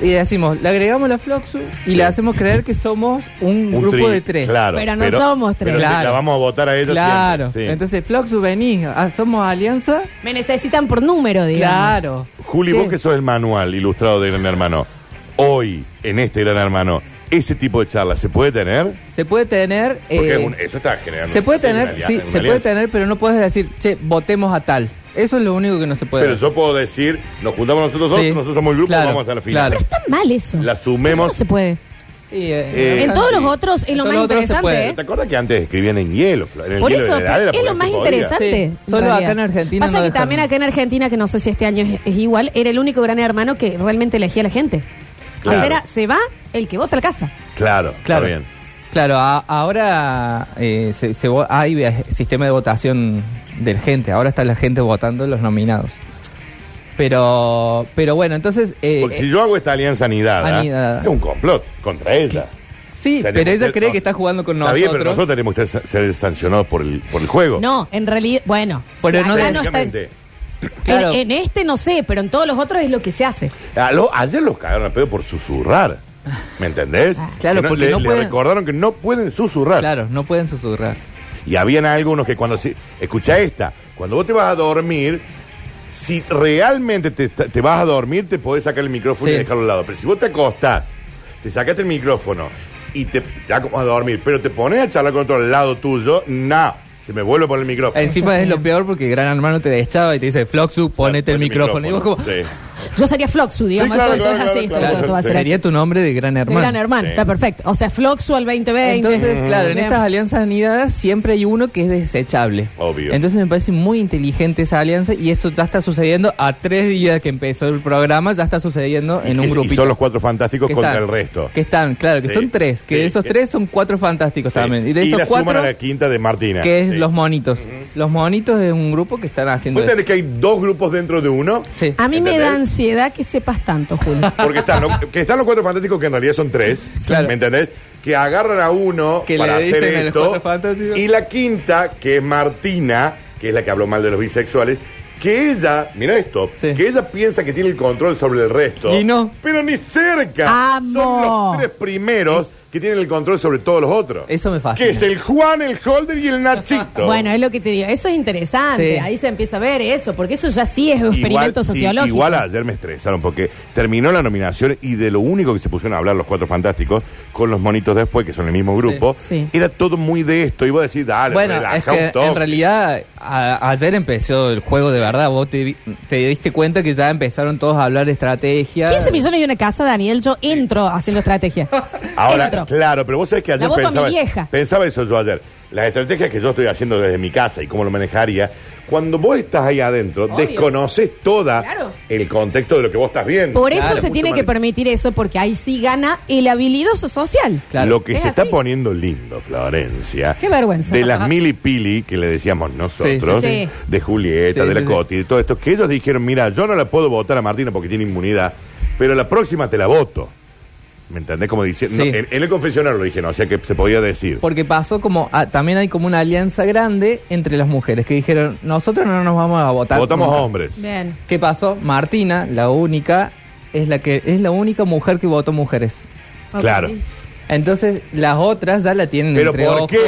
Speaker 11: Y decimos, le agregamos la Floxu y
Speaker 3: Sí.
Speaker 11: le hacemos creer que somos un,
Speaker 3: Un
Speaker 11: grupo
Speaker 3: tri-
Speaker 11: de tres.
Speaker 3: Claro.
Speaker 1: Pero no somos tres.
Speaker 3: pero sí,
Speaker 11: Claro.
Speaker 3: La vamos a votar a ellos
Speaker 11: Claro.
Speaker 3: siempre, sí.
Speaker 11: Entonces, Floxu, venís, ah, somos alianza.
Speaker 1: Me necesitan por número, digamos.
Speaker 11: Claro.
Speaker 3: Juli,
Speaker 11: Sí.
Speaker 3: vos que sos el manual ilustrado de Gran Hermano, hoy, en este Gran Hermano, ¿ese tipo de charla se puede tener?
Speaker 11: Se puede tener.
Speaker 3: Porque
Speaker 11: eh,
Speaker 3: es un- eso está generando.
Speaker 11: se puede
Speaker 3: una
Speaker 11: tener,
Speaker 3: alianza,
Speaker 11: sí,
Speaker 3: una
Speaker 11: se puede
Speaker 3: alianza.
Speaker 11: tener, pero no puedes decir, che, votemos a tal. Eso es lo único que no se puede
Speaker 3: Pero
Speaker 11: hacer.
Speaker 3: yo puedo decir, nos juntamos nosotros dos,
Speaker 11: Sí.
Speaker 3: nosotros somos el grupo,
Speaker 11: Claro,
Speaker 3: vamos a la final.
Speaker 11: claro.
Speaker 1: Está mal eso.
Speaker 3: La
Speaker 1: No
Speaker 3: sumemos.
Speaker 1: se puede.
Speaker 3: Eh,
Speaker 1: en todos
Speaker 3: sí.
Speaker 1: los otros es lo más interesante. ¿eh?
Speaker 3: ¿Te acuerdas que antes escribían en hielo? Flor? En el
Speaker 1: Por
Speaker 3: hielo
Speaker 1: eso,
Speaker 3: de la
Speaker 1: pero
Speaker 3: heladera,
Speaker 1: es
Speaker 3: porque
Speaker 1: lo
Speaker 3: no
Speaker 1: más
Speaker 3: se podía.
Speaker 1: interesante.
Speaker 11: Sí, solo
Speaker 1: realidad.
Speaker 11: acá en Argentina
Speaker 1: Pasa
Speaker 11: no
Speaker 1: que
Speaker 11: dejaron.
Speaker 1: también acá en Argentina, que no sé si este año es, es igual, era el único gran hermano que realmente elegía a la gente.
Speaker 3: Claro.
Speaker 1: O sea, era, se va el que vota a la casa.
Speaker 3: Claro,
Speaker 11: Claro.
Speaker 3: está bien.
Speaker 11: Claro, a- ahora eh, se, se vo- hay eh, sistema de votación de la gente. Ahora está la gente votando los nominados. Pero, pero bueno, entonces. eh,
Speaker 3: Porque si
Speaker 11: eh,
Speaker 3: yo hago esta alianza anidada,
Speaker 11: Anidada.
Speaker 3: es un complot contra ella.
Speaker 11: sí,
Speaker 3: tenemos
Speaker 11: pero ella
Speaker 3: que-
Speaker 11: cree
Speaker 3: no,
Speaker 11: que está jugando con
Speaker 3: Está
Speaker 11: nosotros.
Speaker 3: bien, pero nosotros tenemos que ser- ser sancionados por el, por el juego.
Speaker 1: No, en realidad, bueno.
Speaker 11: Pero
Speaker 1: si
Speaker 11: no
Speaker 1: acá no está-
Speaker 3: Oh. Básicamente.
Speaker 11: Claro.
Speaker 1: en, en este no sé, pero en todos los otros es lo que se hace.
Speaker 3: A Ah, lo- ayer los cagaron a pedo por susurrar. ¿Me entendés?
Speaker 11: Claro,
Speaker 3: Que no-
Speaker 11: porque
Speaker 3: le,
Speaker 11: no
Speaker 3: le
Speaker 11: pueden-
Speaker 3: recordaron que no pueden susurrar.
Speaker 11: Claro, no pueden susurrar.
Speaker 3: Y habían algunos que cuando... se- Escucha esta. Cuando vos te vas a dormir, si realmente te, esta- te vas a dormir, te podés sacar el micrófono y
Speaker 11: Sí.
Speaker 3: dejarlo al lado. Pero si vos te acostás, te sacaste el micrófono y te... Ya como a dormir, pero te pones a charlar con otro al lado tuyo, no. Se me vuelve por el micrófono.
Speaker 11: Encima es lo peor porque Gran Hermano te deschaba y te dice, Floxu, ponete el micrófono. Y vos como,
Speaker 3: Sí.
Speaker 1: Yo sería Floxu, digamos.
Speaker 3: claro,
Speaker 1: esto, esto
Speaker 3: claro,
Speaker 1: es así.
Speaker 3: claro,
Speaker 1: esto-
Speaker 3: claro.
Speaker 1: esto va a ser así.
Speaker 11: sería tu nombre de Gran
Speaker 1: De
Speaker 11: Hermano.
Speaker 1: Gran hermano,
Speaker 3: Sí.
Speaker 1: está perfecto. O sea, Floxu al 2020.
Speaker 11: Entonces, claro, en
Speaker 1: Bien.
Speaker 11: estas alianzas anidadas siempre hay uno que es desechable.
Speaker 3: Obvio.
Speaker 11: Entonces me parece muy inteligente esa alianza y esto ya está sucediendo a tres días que empezó el programa, ya está sucediendo en
Speaker 3: Y-
Speaker 11: un
Speaker 3: y
Speaker 11: grupito.
Speaker 3: son los cuatro fantásticos
Speaker 11: que
Speaker 3: contra
Speaker 11: están,
Speaker 3: el resto.
Speaker 11: Que están, claro, que
Speaker 3: Sí,
Speaker 11: son tres, que
Speaker 3: sí,
Speaker 11: de esos
Speaker 3: que-
Speaker 11: tres son cuatro fantásticos
Speaker 3: Sí.
Speaker 11: también. Y de
Speaker 3: la
Speaker 11: esos
Speaker 3: suman
Speaker 11: cuatro,
Speaker 3: a la quinta de Martina.
Speaker 11: que es
Speaker 3: Sí.
Speaker 11: los monitos. Los monitos es un grupo que están haciendo
Speaker 3: Vos tenés
Speaker 11: eso.
Speaker 3: que hay dos grupos dentro de uno.
Speaker 11: Sí.
Speaker 1: A mí me
Speaker 3: ¿Entendés?
Speaker 1: da ansiedad que sepas tanto, Julio.
Speaker 3: Porque están, los- que están los cuatro fantásticos que en realidad son tres.
Speaker 11: Claro.
Speaker 3: ¿Me entendés? Que agarran a uno
Speaker 11: Que le
Speaker 3: para hacer
Speaker 11: dicen a los
Speaker 3: esto.
Speaker 11: cuatro fantásticos.
Speaker 3: Y la quinta, que es Martina, que es la que habló mal de los bisexuales. Que ella, mira esto,
Speaker 11: Sí.
Speaker 3: que ella piensa que tiene el control sobre el resto.
Speaker 11: Y no.
Speaker 3: Pero ni cerca.
Speaker 1: Amo.
Speaker 3: Son los tres primeros que tienen el control sobre todos los otros.
Speaker 11: Eso me fascina.
Speaker 3: Que es el Juan, el Holder y el Nachito.
Speaker 1: Bueno, es lo que te digo. Eso es interesante.
Speaker 11: Sí.
Speaker 1: Ahí se empieza a ver eso, porque eso ya sí es un experimento
Speaker 3: Igual, sí,
Speaker 1: sociológico.
Speaker 3: igual ayer me estresaron porque terminó la nominación y de lo único que se pusieron a hablar los cuatro fantásticos con los monitos después, que son el mismo grupo,
Speaker 1: Sí.
Speaker 3: era todo muy de esto. Iba a decir, dale,
Speaker 11: Bueno,
Speaker 3: relaja
Speaker 11: es
Speaker 3: un
Speaker 11: que
Speaker 3: toque.
Speaker 11: en realidad a- ayer empezó el juego de verdad. Vos te, vi- te diste cuenta que ya empezaron todos a hablar de estrategia.
Speaker 1: 15 millones y una casa, Daniel. Yo entro haciendo estrategia.
Speaker 3: Ahora,
Speaker 1: entro.
Speaker 3: claro, pero vos sabés que ayer
Speaker 1: La voto a mi
Speaker 3: pensaba,
Speaker 1: vieja.
Speaker 3: pensaba eso yo ayer. Las estrategias que yo estoy haciendo desde mi casa y cómo lo manejaría, cuando vos estás ahí adentro,
Speaker 1: Obvio.
Speaker 3: desconoces toda
Speaker 1: Claro.
Speaker 3: el contexto de lo que vos estás viendo.
Speaker 1: Por eso
Speaker 11: Claro,
Speaker 1: se
Speaker 3: mucho
Speaker 1: tiene
Speaker 3: más
Speaker 1: que
Speaker 3: difícil.
Speaker 1: permitir eso, porque ahí sí gana el habilidoso social.
Speaker 11: Claro.
Speaker 3: Lo que
Speaker 1: Es
Speaker 3: se está
Speaker 1: así.
Speaker 3: poniendo lindo, Florencia.
Speaker 1: Qué vergüenza.
Speaker 3: De las milipili que le decíamos nosotros,
Speaker 1: Sí, sí, sí.
Speaker 3: de Julieta,
Speaker 11: Sí,
Speaker 3: de la
Speaker 11: sí, sí.
Speaker 3: Coti, de todo esto, que ellos dijeron, mira, yo no la puedo votar a Martina porque tiene inmunidad, pero la próxima te la voto. ¿Me entendés? Como dice, no,
Speaker 11: Sí.
Speaker 3: en, en el confesionario lo dijeron, o sea que se podía decir.
Speaker 11: Porque pasó como. ah, también hay como una alianza grande entre las mujeres que dijeron: Nosotros no nos vamos a votar.
Speaker 3: Votamos
Speaker 11: nunca".
Speaker 3: hombres.
Speaker 1: Bien.
Speaker 11: ¿Qué pasó? Martina, la única, es la, que, es la única mujer que votó mujeres.
Speaker 1: Ok.
Speaker 3: Claro.
Speaker 11: Entonces las otras ya la tienen
Speaker 3: Pero
Speaker 11: entre
Speaker 3: ¿por
Speaker 11: ojo.
Speaker 3: qué?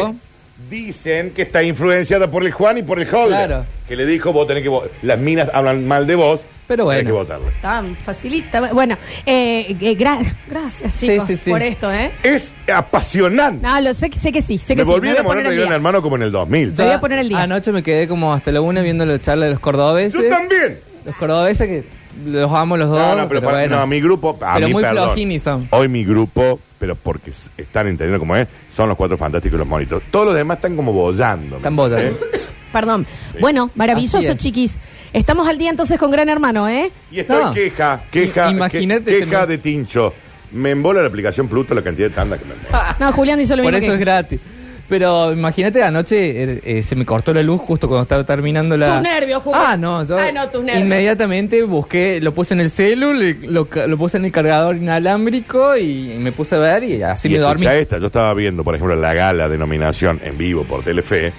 Speaker 3: Dicen que está influenciada por el Juan y por el Holder.
Speaker 11: Claro.
Speaker 3: Que le dijo, vos tenés que vo- Las minas hablan mal de vos.
Speaker 11: Pero
Speaker 3: tenés
Speaker 11: bueno.
Speaker 3: que votarlas.
Speaker 1: Tan facilita. Bueno, eh, eh, gra- gracias, chicos,
Speaker 11: Sí, sí, sí.
Speaker 1: por esto, ¿eh.
Speaker 3: Es apasionante.
Speaker 1: No, lo sé, que- sé que sí, sé que
Speaker 3: me
Speaker 1: sí.
Speaker 3: volví a
Speaker 1: voy a poner
Speaker 3: enamorar de
Speaker 1: al
Speaker 3: Gran
Speaker 1: día.
Speaker 3: Hermano como en el 2000.
Speaker 1: Te voy a poner al día.
Speaker 11: Anoche me quedé como hasta la una viendo la charla de los cordobeses.
Speaker 3: Yo también.
Speaker 11: Los cordobeses que los amo los dos.
Speaker 3: No, no, pero, para-
Speaker 11: Oh, bueno.
Speaker 3: no, mi grupo. A
Speaker 11: Pero
Speaker 3: mí,
Speaker 11: muy
Speaker 3: perdón.
Speaker 11: flojini son.
Speaker 3: Hoy mi grupo, pero porque s- están entendiendo cómo es, son los cuatro fantásticos y los monitos. Todos los demás están como ¿Eh? bollando. ¿me
Speaker 11: Están bollando.
Speaker 3: entendés?
Speaker 1: Perdón. Bueno,
Speaker 11: Así
Speaker 1: maravilloso,
Speaker 11: es.
Speaker 1: chiquis. Estamos al día entonces con Gran Hermano, ¿eh?
Speaker 3: Y estoy
Speaker 11: No.
Speaker 3: queja, queja,
Speaker 11: I- imagínate,
Speaker 3: que- queja
Speaker 11: se me-
Speaker 3: de tincho. Me embola la aplicación Pluto la cantidad de tanda que me mete.
Speaker 1: No, Julián hizo lo
Speaker 11: Por
Speaker 1: mismo
Speaker 11: eso
Speaker 1: que-
Speaker 11: es gratis. Pero imagínate, anoche eh, eh, se me cortó la luz justo cuando estaba terminando la.
Speaker 1: Tus nervios, Julio.
Speaker 11: Ah, no, yo.
Speaker 1: Ay, no, tus nervios.
Speaker 11: Inmediatamente busqué, lo puse en el celu, le- lo, ca- lo puse en el cargador inalámbrico y, me puse a ver y así me
Speaker 3: y escucha
Speaker 11: dormí.
Speaker 3: esta, yo estaba viendo, por ejemplo, la gala de nominación en vivo por Telefe,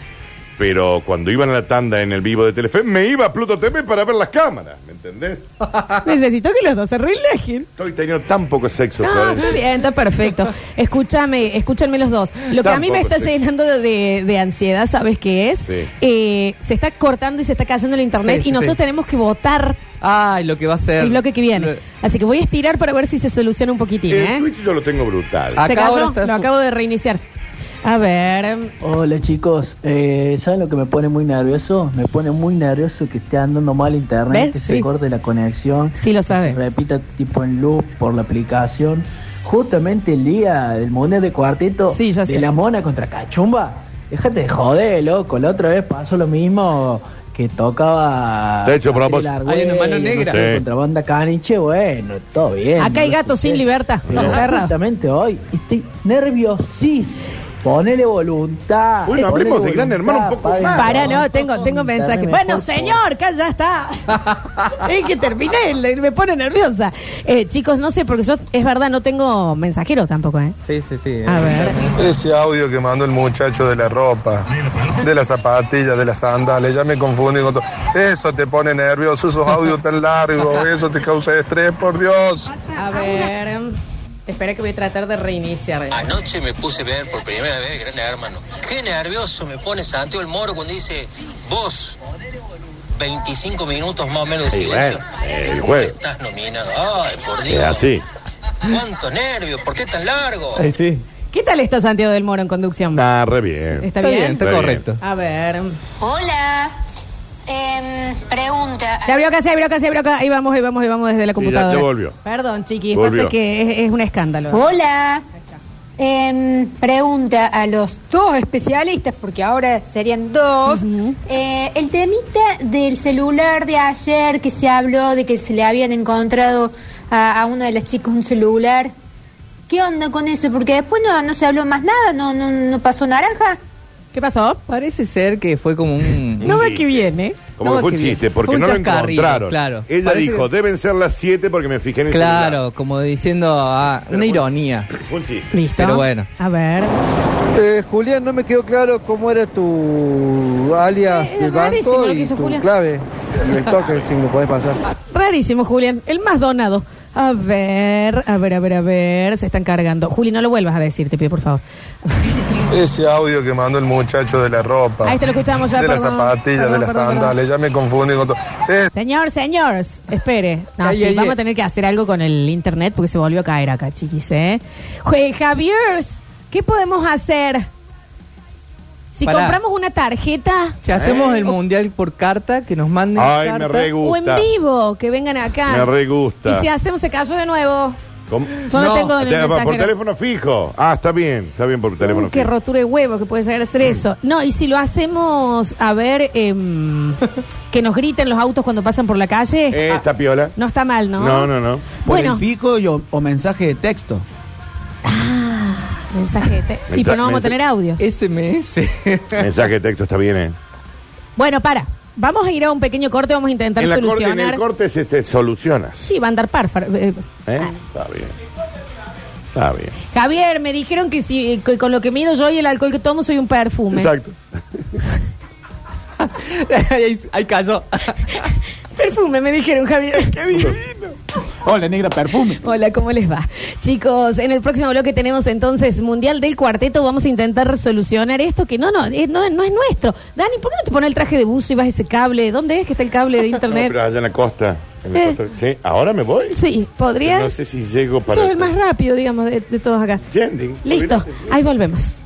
Speaker 3: pero cuando iban a la tanda en el vivo de Telefe, me iba a Pluto TV para ver las cámaras, ¿me entendés?
Speaker 1: Necesito que los dos se relajen.
Speaker 3: Estoy teniendo tan poco sexo,
Speaker 1: No,
Speaker 3: Florencia.
Speaker 1: está bien, está perfecto. Escúchame, escúchenme los dos. Lo que a mí me
Speaker 3: Tampoco,
Speaker 1: está
Speaker 3: sí.
Speaker 1: llenando de, de ansiedad, ¿sabes qué es?
Speaker 3: Sí.
Speaker 1: Eh, se está cortando y se está cayendo el internet
Speaker 11: Sí, sí,
Speaker 1: y nosotros
Speaker 11: sí.
Speaker 1: tenemos que votar
Speaker 11: Ay, lo que va a ser.
Speaker 1: el bloque que viene.
Speaker 11: Lo-
Speaker 1: Así que voy a estirar para ver si se soluciona un poquitín,
Speaker 3: El
Speaker 1: ¿eh?
Speaker 3: Twitch yo lo tengo brutal.
Speaker 11: Ah,
Speaker 1: ¿Se
Speaker 11: Acá ahora
Speaker 1: cayó?
Speaker 11: está-
Speaker 1: Lo acabo de reiniciar. A ver.
Speaker 13: Hola chicos, Eh, ¿saben lo que me pone muy nervioso? Me pone muy nervioso que esté andando mal internet,
Speaker 1: ¿Ves?
Speaker 13: que
Speaker 1: Sí.
Speaker 13: se corte la conexión.
Speaker 1: Sí, lo sabe.
Speaker 13: que Se repita tipo en loop por la aplicación. Justamente el día del mundial de cuarteto
Speaker 1: Sí, ya
Speaker 13: de
Speaker 1: sé.
Speaker 13: la mona contra Cachumba. Déjate de joder, loco. La otra vez pasó lo mismo que tocaba.
Speaker 3: De hecho,
Speaker 13: Gabriel
Speaker 3: propósito.
Speaker 13: Argüello,
Speaker 3: Hay una mano
Speaker 13: no
Speaker 3: negra.
Speaker 13: sé,
Speaker 3: Sí.
Speaker 13: Contra banda caniche, bueno, todo bien.
Speaker 1: Acá hay
Speaker 13: No lo
Speaker 1: gatos sin
Speaker 13: escuché.
Speaker 1: libertad.
Speaker 13: Pero
Speaker 1: Lo cerra.
Speaker 13: justamente hoy estoy nerviosís. Ponele voluntad.
Speaker 1: Bueno,
Speaker 13: ponele
Speaker 1: hablemos de
Speaker 3: Gran
Speaker 13: voluntad,
Speaker 3: Hermano un poco
Speaker 13: padre.
Speaker 3: más.
Speaker 1: Pará, no, tengo, tengo un mensaje.
Speaker 13: Dame
Speaker 1: Bueno,
Speaker 13: mejor,
Speaker 1: señor, que ya está. es que terminé, le- me pone nerviosa. Eh, chicos, no sé, porque yo, es verdad, no tengo mensajero tampoco, ¿eh?
Speaker 11: Sí, sí, sí.
Speaker 1: A ver.
Speaker 14: Ese audio que mandó el muchacho de la ropa, de las zapatillas, de las sandales, ya me confundí con todo. Eso te pone nervioso, esos audios tan largos, eso te causa estrés, por Dios.
Speaker 1: A ver. em, Espera que voy a tratar de reiniciar.
Speaker 3: Ah.
Speaker 10: Anoche me puse a ver por primera vez Gran Hermano. Qué nervioso me pone Santiago el Moro cuando dice, vos, 25 minutos más o menos de
Speaker 3: Sí,
Speaker 10: silencio.
Speaker 3: bueno, el juego.
Speaker 10: Estás nominado. Ay, por
Speaker 3: Es
Speaker 10: Dios.
Speaker 3: así.
Speaker 10: Cuánto nervio, ¿por qué tan largo?
Speaker 11: sí.
Speaker 1: ¿Qué tal está Santiago del Moro en conducción?
Speaker 3: Nah, re bien.
Speaker 1: ¿Está bien?
Speaker 3: Re
Speaker 1: A ver. em,
Speaker 4: Hola. Em, pregunta.
Speaker 1: Se abrió acá, se abrió acá, se abrió acá. Ahí vamos, ahí vamos, ahí vamos desde la computadora.
Speaker 3: ya volvió.
Speaker 1: Perdón, chiquis,
Speaker 3: Volvió.
Speaker 1: pasa que es, es un escándalo.
Speaker 4: Oh.
Speaker 15: Hola. Em, pregunta a los dos especialistas, porque ahora serían dos. Eh, el temita del celular de ayer que se habló de que se le habían encontrado a, a una de las chicas un celular. ¿Qué onda con eso? Porque después no, no se habló más nada, no, no, no pasó naranja.
Speaker 1: ¿Qué pasó?
Speaker 11: Parece ser que fue como un.
Speaker 1: No ve que viene.
Speaker 3: Como
Speaker 11: No,
Speaker 3: que fue un
Speaker 11: qué bien.
Speaker 3: chiste, porque
Speaker 11: Fue un
Speaker 3: no lo
Speaker 11: chascarrillo,
Speaker 3: encontraron.
Speaker 11: claro.
Speaker 3: Ella
Speaker 11: Parece
Speaker 3: dijo, deben ser las 7 porque me fijé en el
Speaker 11: Claro, como diciendo ah, una ironía.
Speaker 3: celular. Fue un chiste.
Speaker 1: Listo.
Speaker 11: Pero bueno.
Speaker 1: A ver.
Speaker 16: Eh, Julián, no me quedó claro cómo era tu alias
Speaker 1: Eh,
Speaker 16: del
Speaker 1: rarísimo
Speaker 16: banco
Speaker 1: lo que
Speaker 16: y
Speaker 1: hizo
Speaker 16: tu
Speaker 1: Julián.
Speaker 16: clave. Y el toque, si me lo podés pasar.
Speaker 1: Rarísimo, Julián. El más donado. A ver, a ver, a ver, a ver. Se están cargando. Juli, no lo vuelvas a decir, te pido, por favor.
Speaker 14: Ese audio que mandó el muchacho de la ropa,
Speaker 1: Ahí te lo escuchamos ya,
Speaker 14: de las
Speaker 1: perdón.
Speaker 14: zapatillas, de
Speaker 1: Perdón,
Speaker 14: las
Speaker 1: perdón, perdón.
Speaker 14: sandales, ya me confundí con todo. Eh,
Speaker 1: Señor, señores, espere. No,
Speaker 14: Ay,
Speaker 1: sí,
Speaker 14: ay,
Speaker 1: vamos
Speaker 14: ay.
Speaker 1: a tener que hacer algo con el internet porque se volvió a caer acá, chiquis, ¿eh? Jue- Javiers, ¿qué podemos hacer? Si
Speaker 11: Pará.
Speaker 1: compramos una tarjeta.
Speaker 11: Si hacemos
Speaker 1: Eh,
Speaker 11: el
Speaker 1: o-
Speaker 11: mundial por carta, que nos manden.
Speaker 3: Ay,
Speaker 11: carta.
Speaker 3: me re
Speaker 1: O en
Speaker 3: gusta.
Speaker 1: vivo, que vengan acá.
Speaker 3: Me re gusta.
Speaker 1: Y si hacemos, se cayó de nuevo.
Speaker 3: ¿Cómo? Ah,
Speaker 1: Yo no tengo el
Speaker 3: Te- Por
Speaker 1: mensajero.
Speaker 3: teléfono fijo. Ah, está bien. Está bien por teléfono
Speaker 1: Uy, qué
Speaker 3: fijo.
Speaker 1: rotura de huevo que puede llegar a ser eso. No, y si lo hacemos, a ver, em, que nos griten los autos cuando pasan por la calle.
Speaker 3: Eh, está piola.
Speaker 1: No está mal, ¿no?
Speaker 3: no.
Speaker 17: Por
Speaker 1: Bueno.
Speaker 17: el pico y o, o mensaje de texto.
Speaker 1: Ah, Mensaje de te-
Speaker 3: Me
Speaker 1: Y pero
Speaker 3: tra-
Speaker 1: no vamos a
Speaker 3: me-
Speaker 1: tener audio.
Speaker 11: SMS.
Speaker 3: Mensaje de texto está bien, ¿eh?
Speaker 1: Bueno, para. Vamos a ir a un pequeño corte, vamos a intentar
Speaker 3: En, la corte, en
Speaker 1: solucionar.
Speaker 3: el corte se te solucionas.
Speaker 1: sí, va a andar par. far- eh,
Speaker 3: ¿eh? Está bien. Está bien.
Speaker 1: Javier, me dijeron que si que con lo que mido yo y el alcohol que tomo soy un perfume.
Speaker 3: Exacto.
Speaker 11: ahí, ahí cayó.
Speaker 1: perfume, me dijeron, Javier. Qué divino.
Speaker 17: Hola, negra perfume.
Speaker 1: Hola, ¿cómo les va? Chicos, en el próximo bloque tenemos entonces Mundial del Cuarteto. Vamos a intentar solucionar esto que no, no, eh, no, no es nuestro. Dani, ¿por qué no te pones el traje de buzo y vas a ese cable? ¿Dónde es que está el cable de
Speaker 3: No,
Speaker 1: internet?
Speaker 3: pero allá en la costa. en la
Speaker 1: Eh.
Speaker 3: costa- Sí, ahora me voy.
Speaker 1: Sí, podría.
Speaker 3: No sé si llego para.
Speaker 1: Soy el más rápido, digamos, de, de todos acá.
Speaker 3: Yending.
Speaker 1: Listo, ahí volvemos.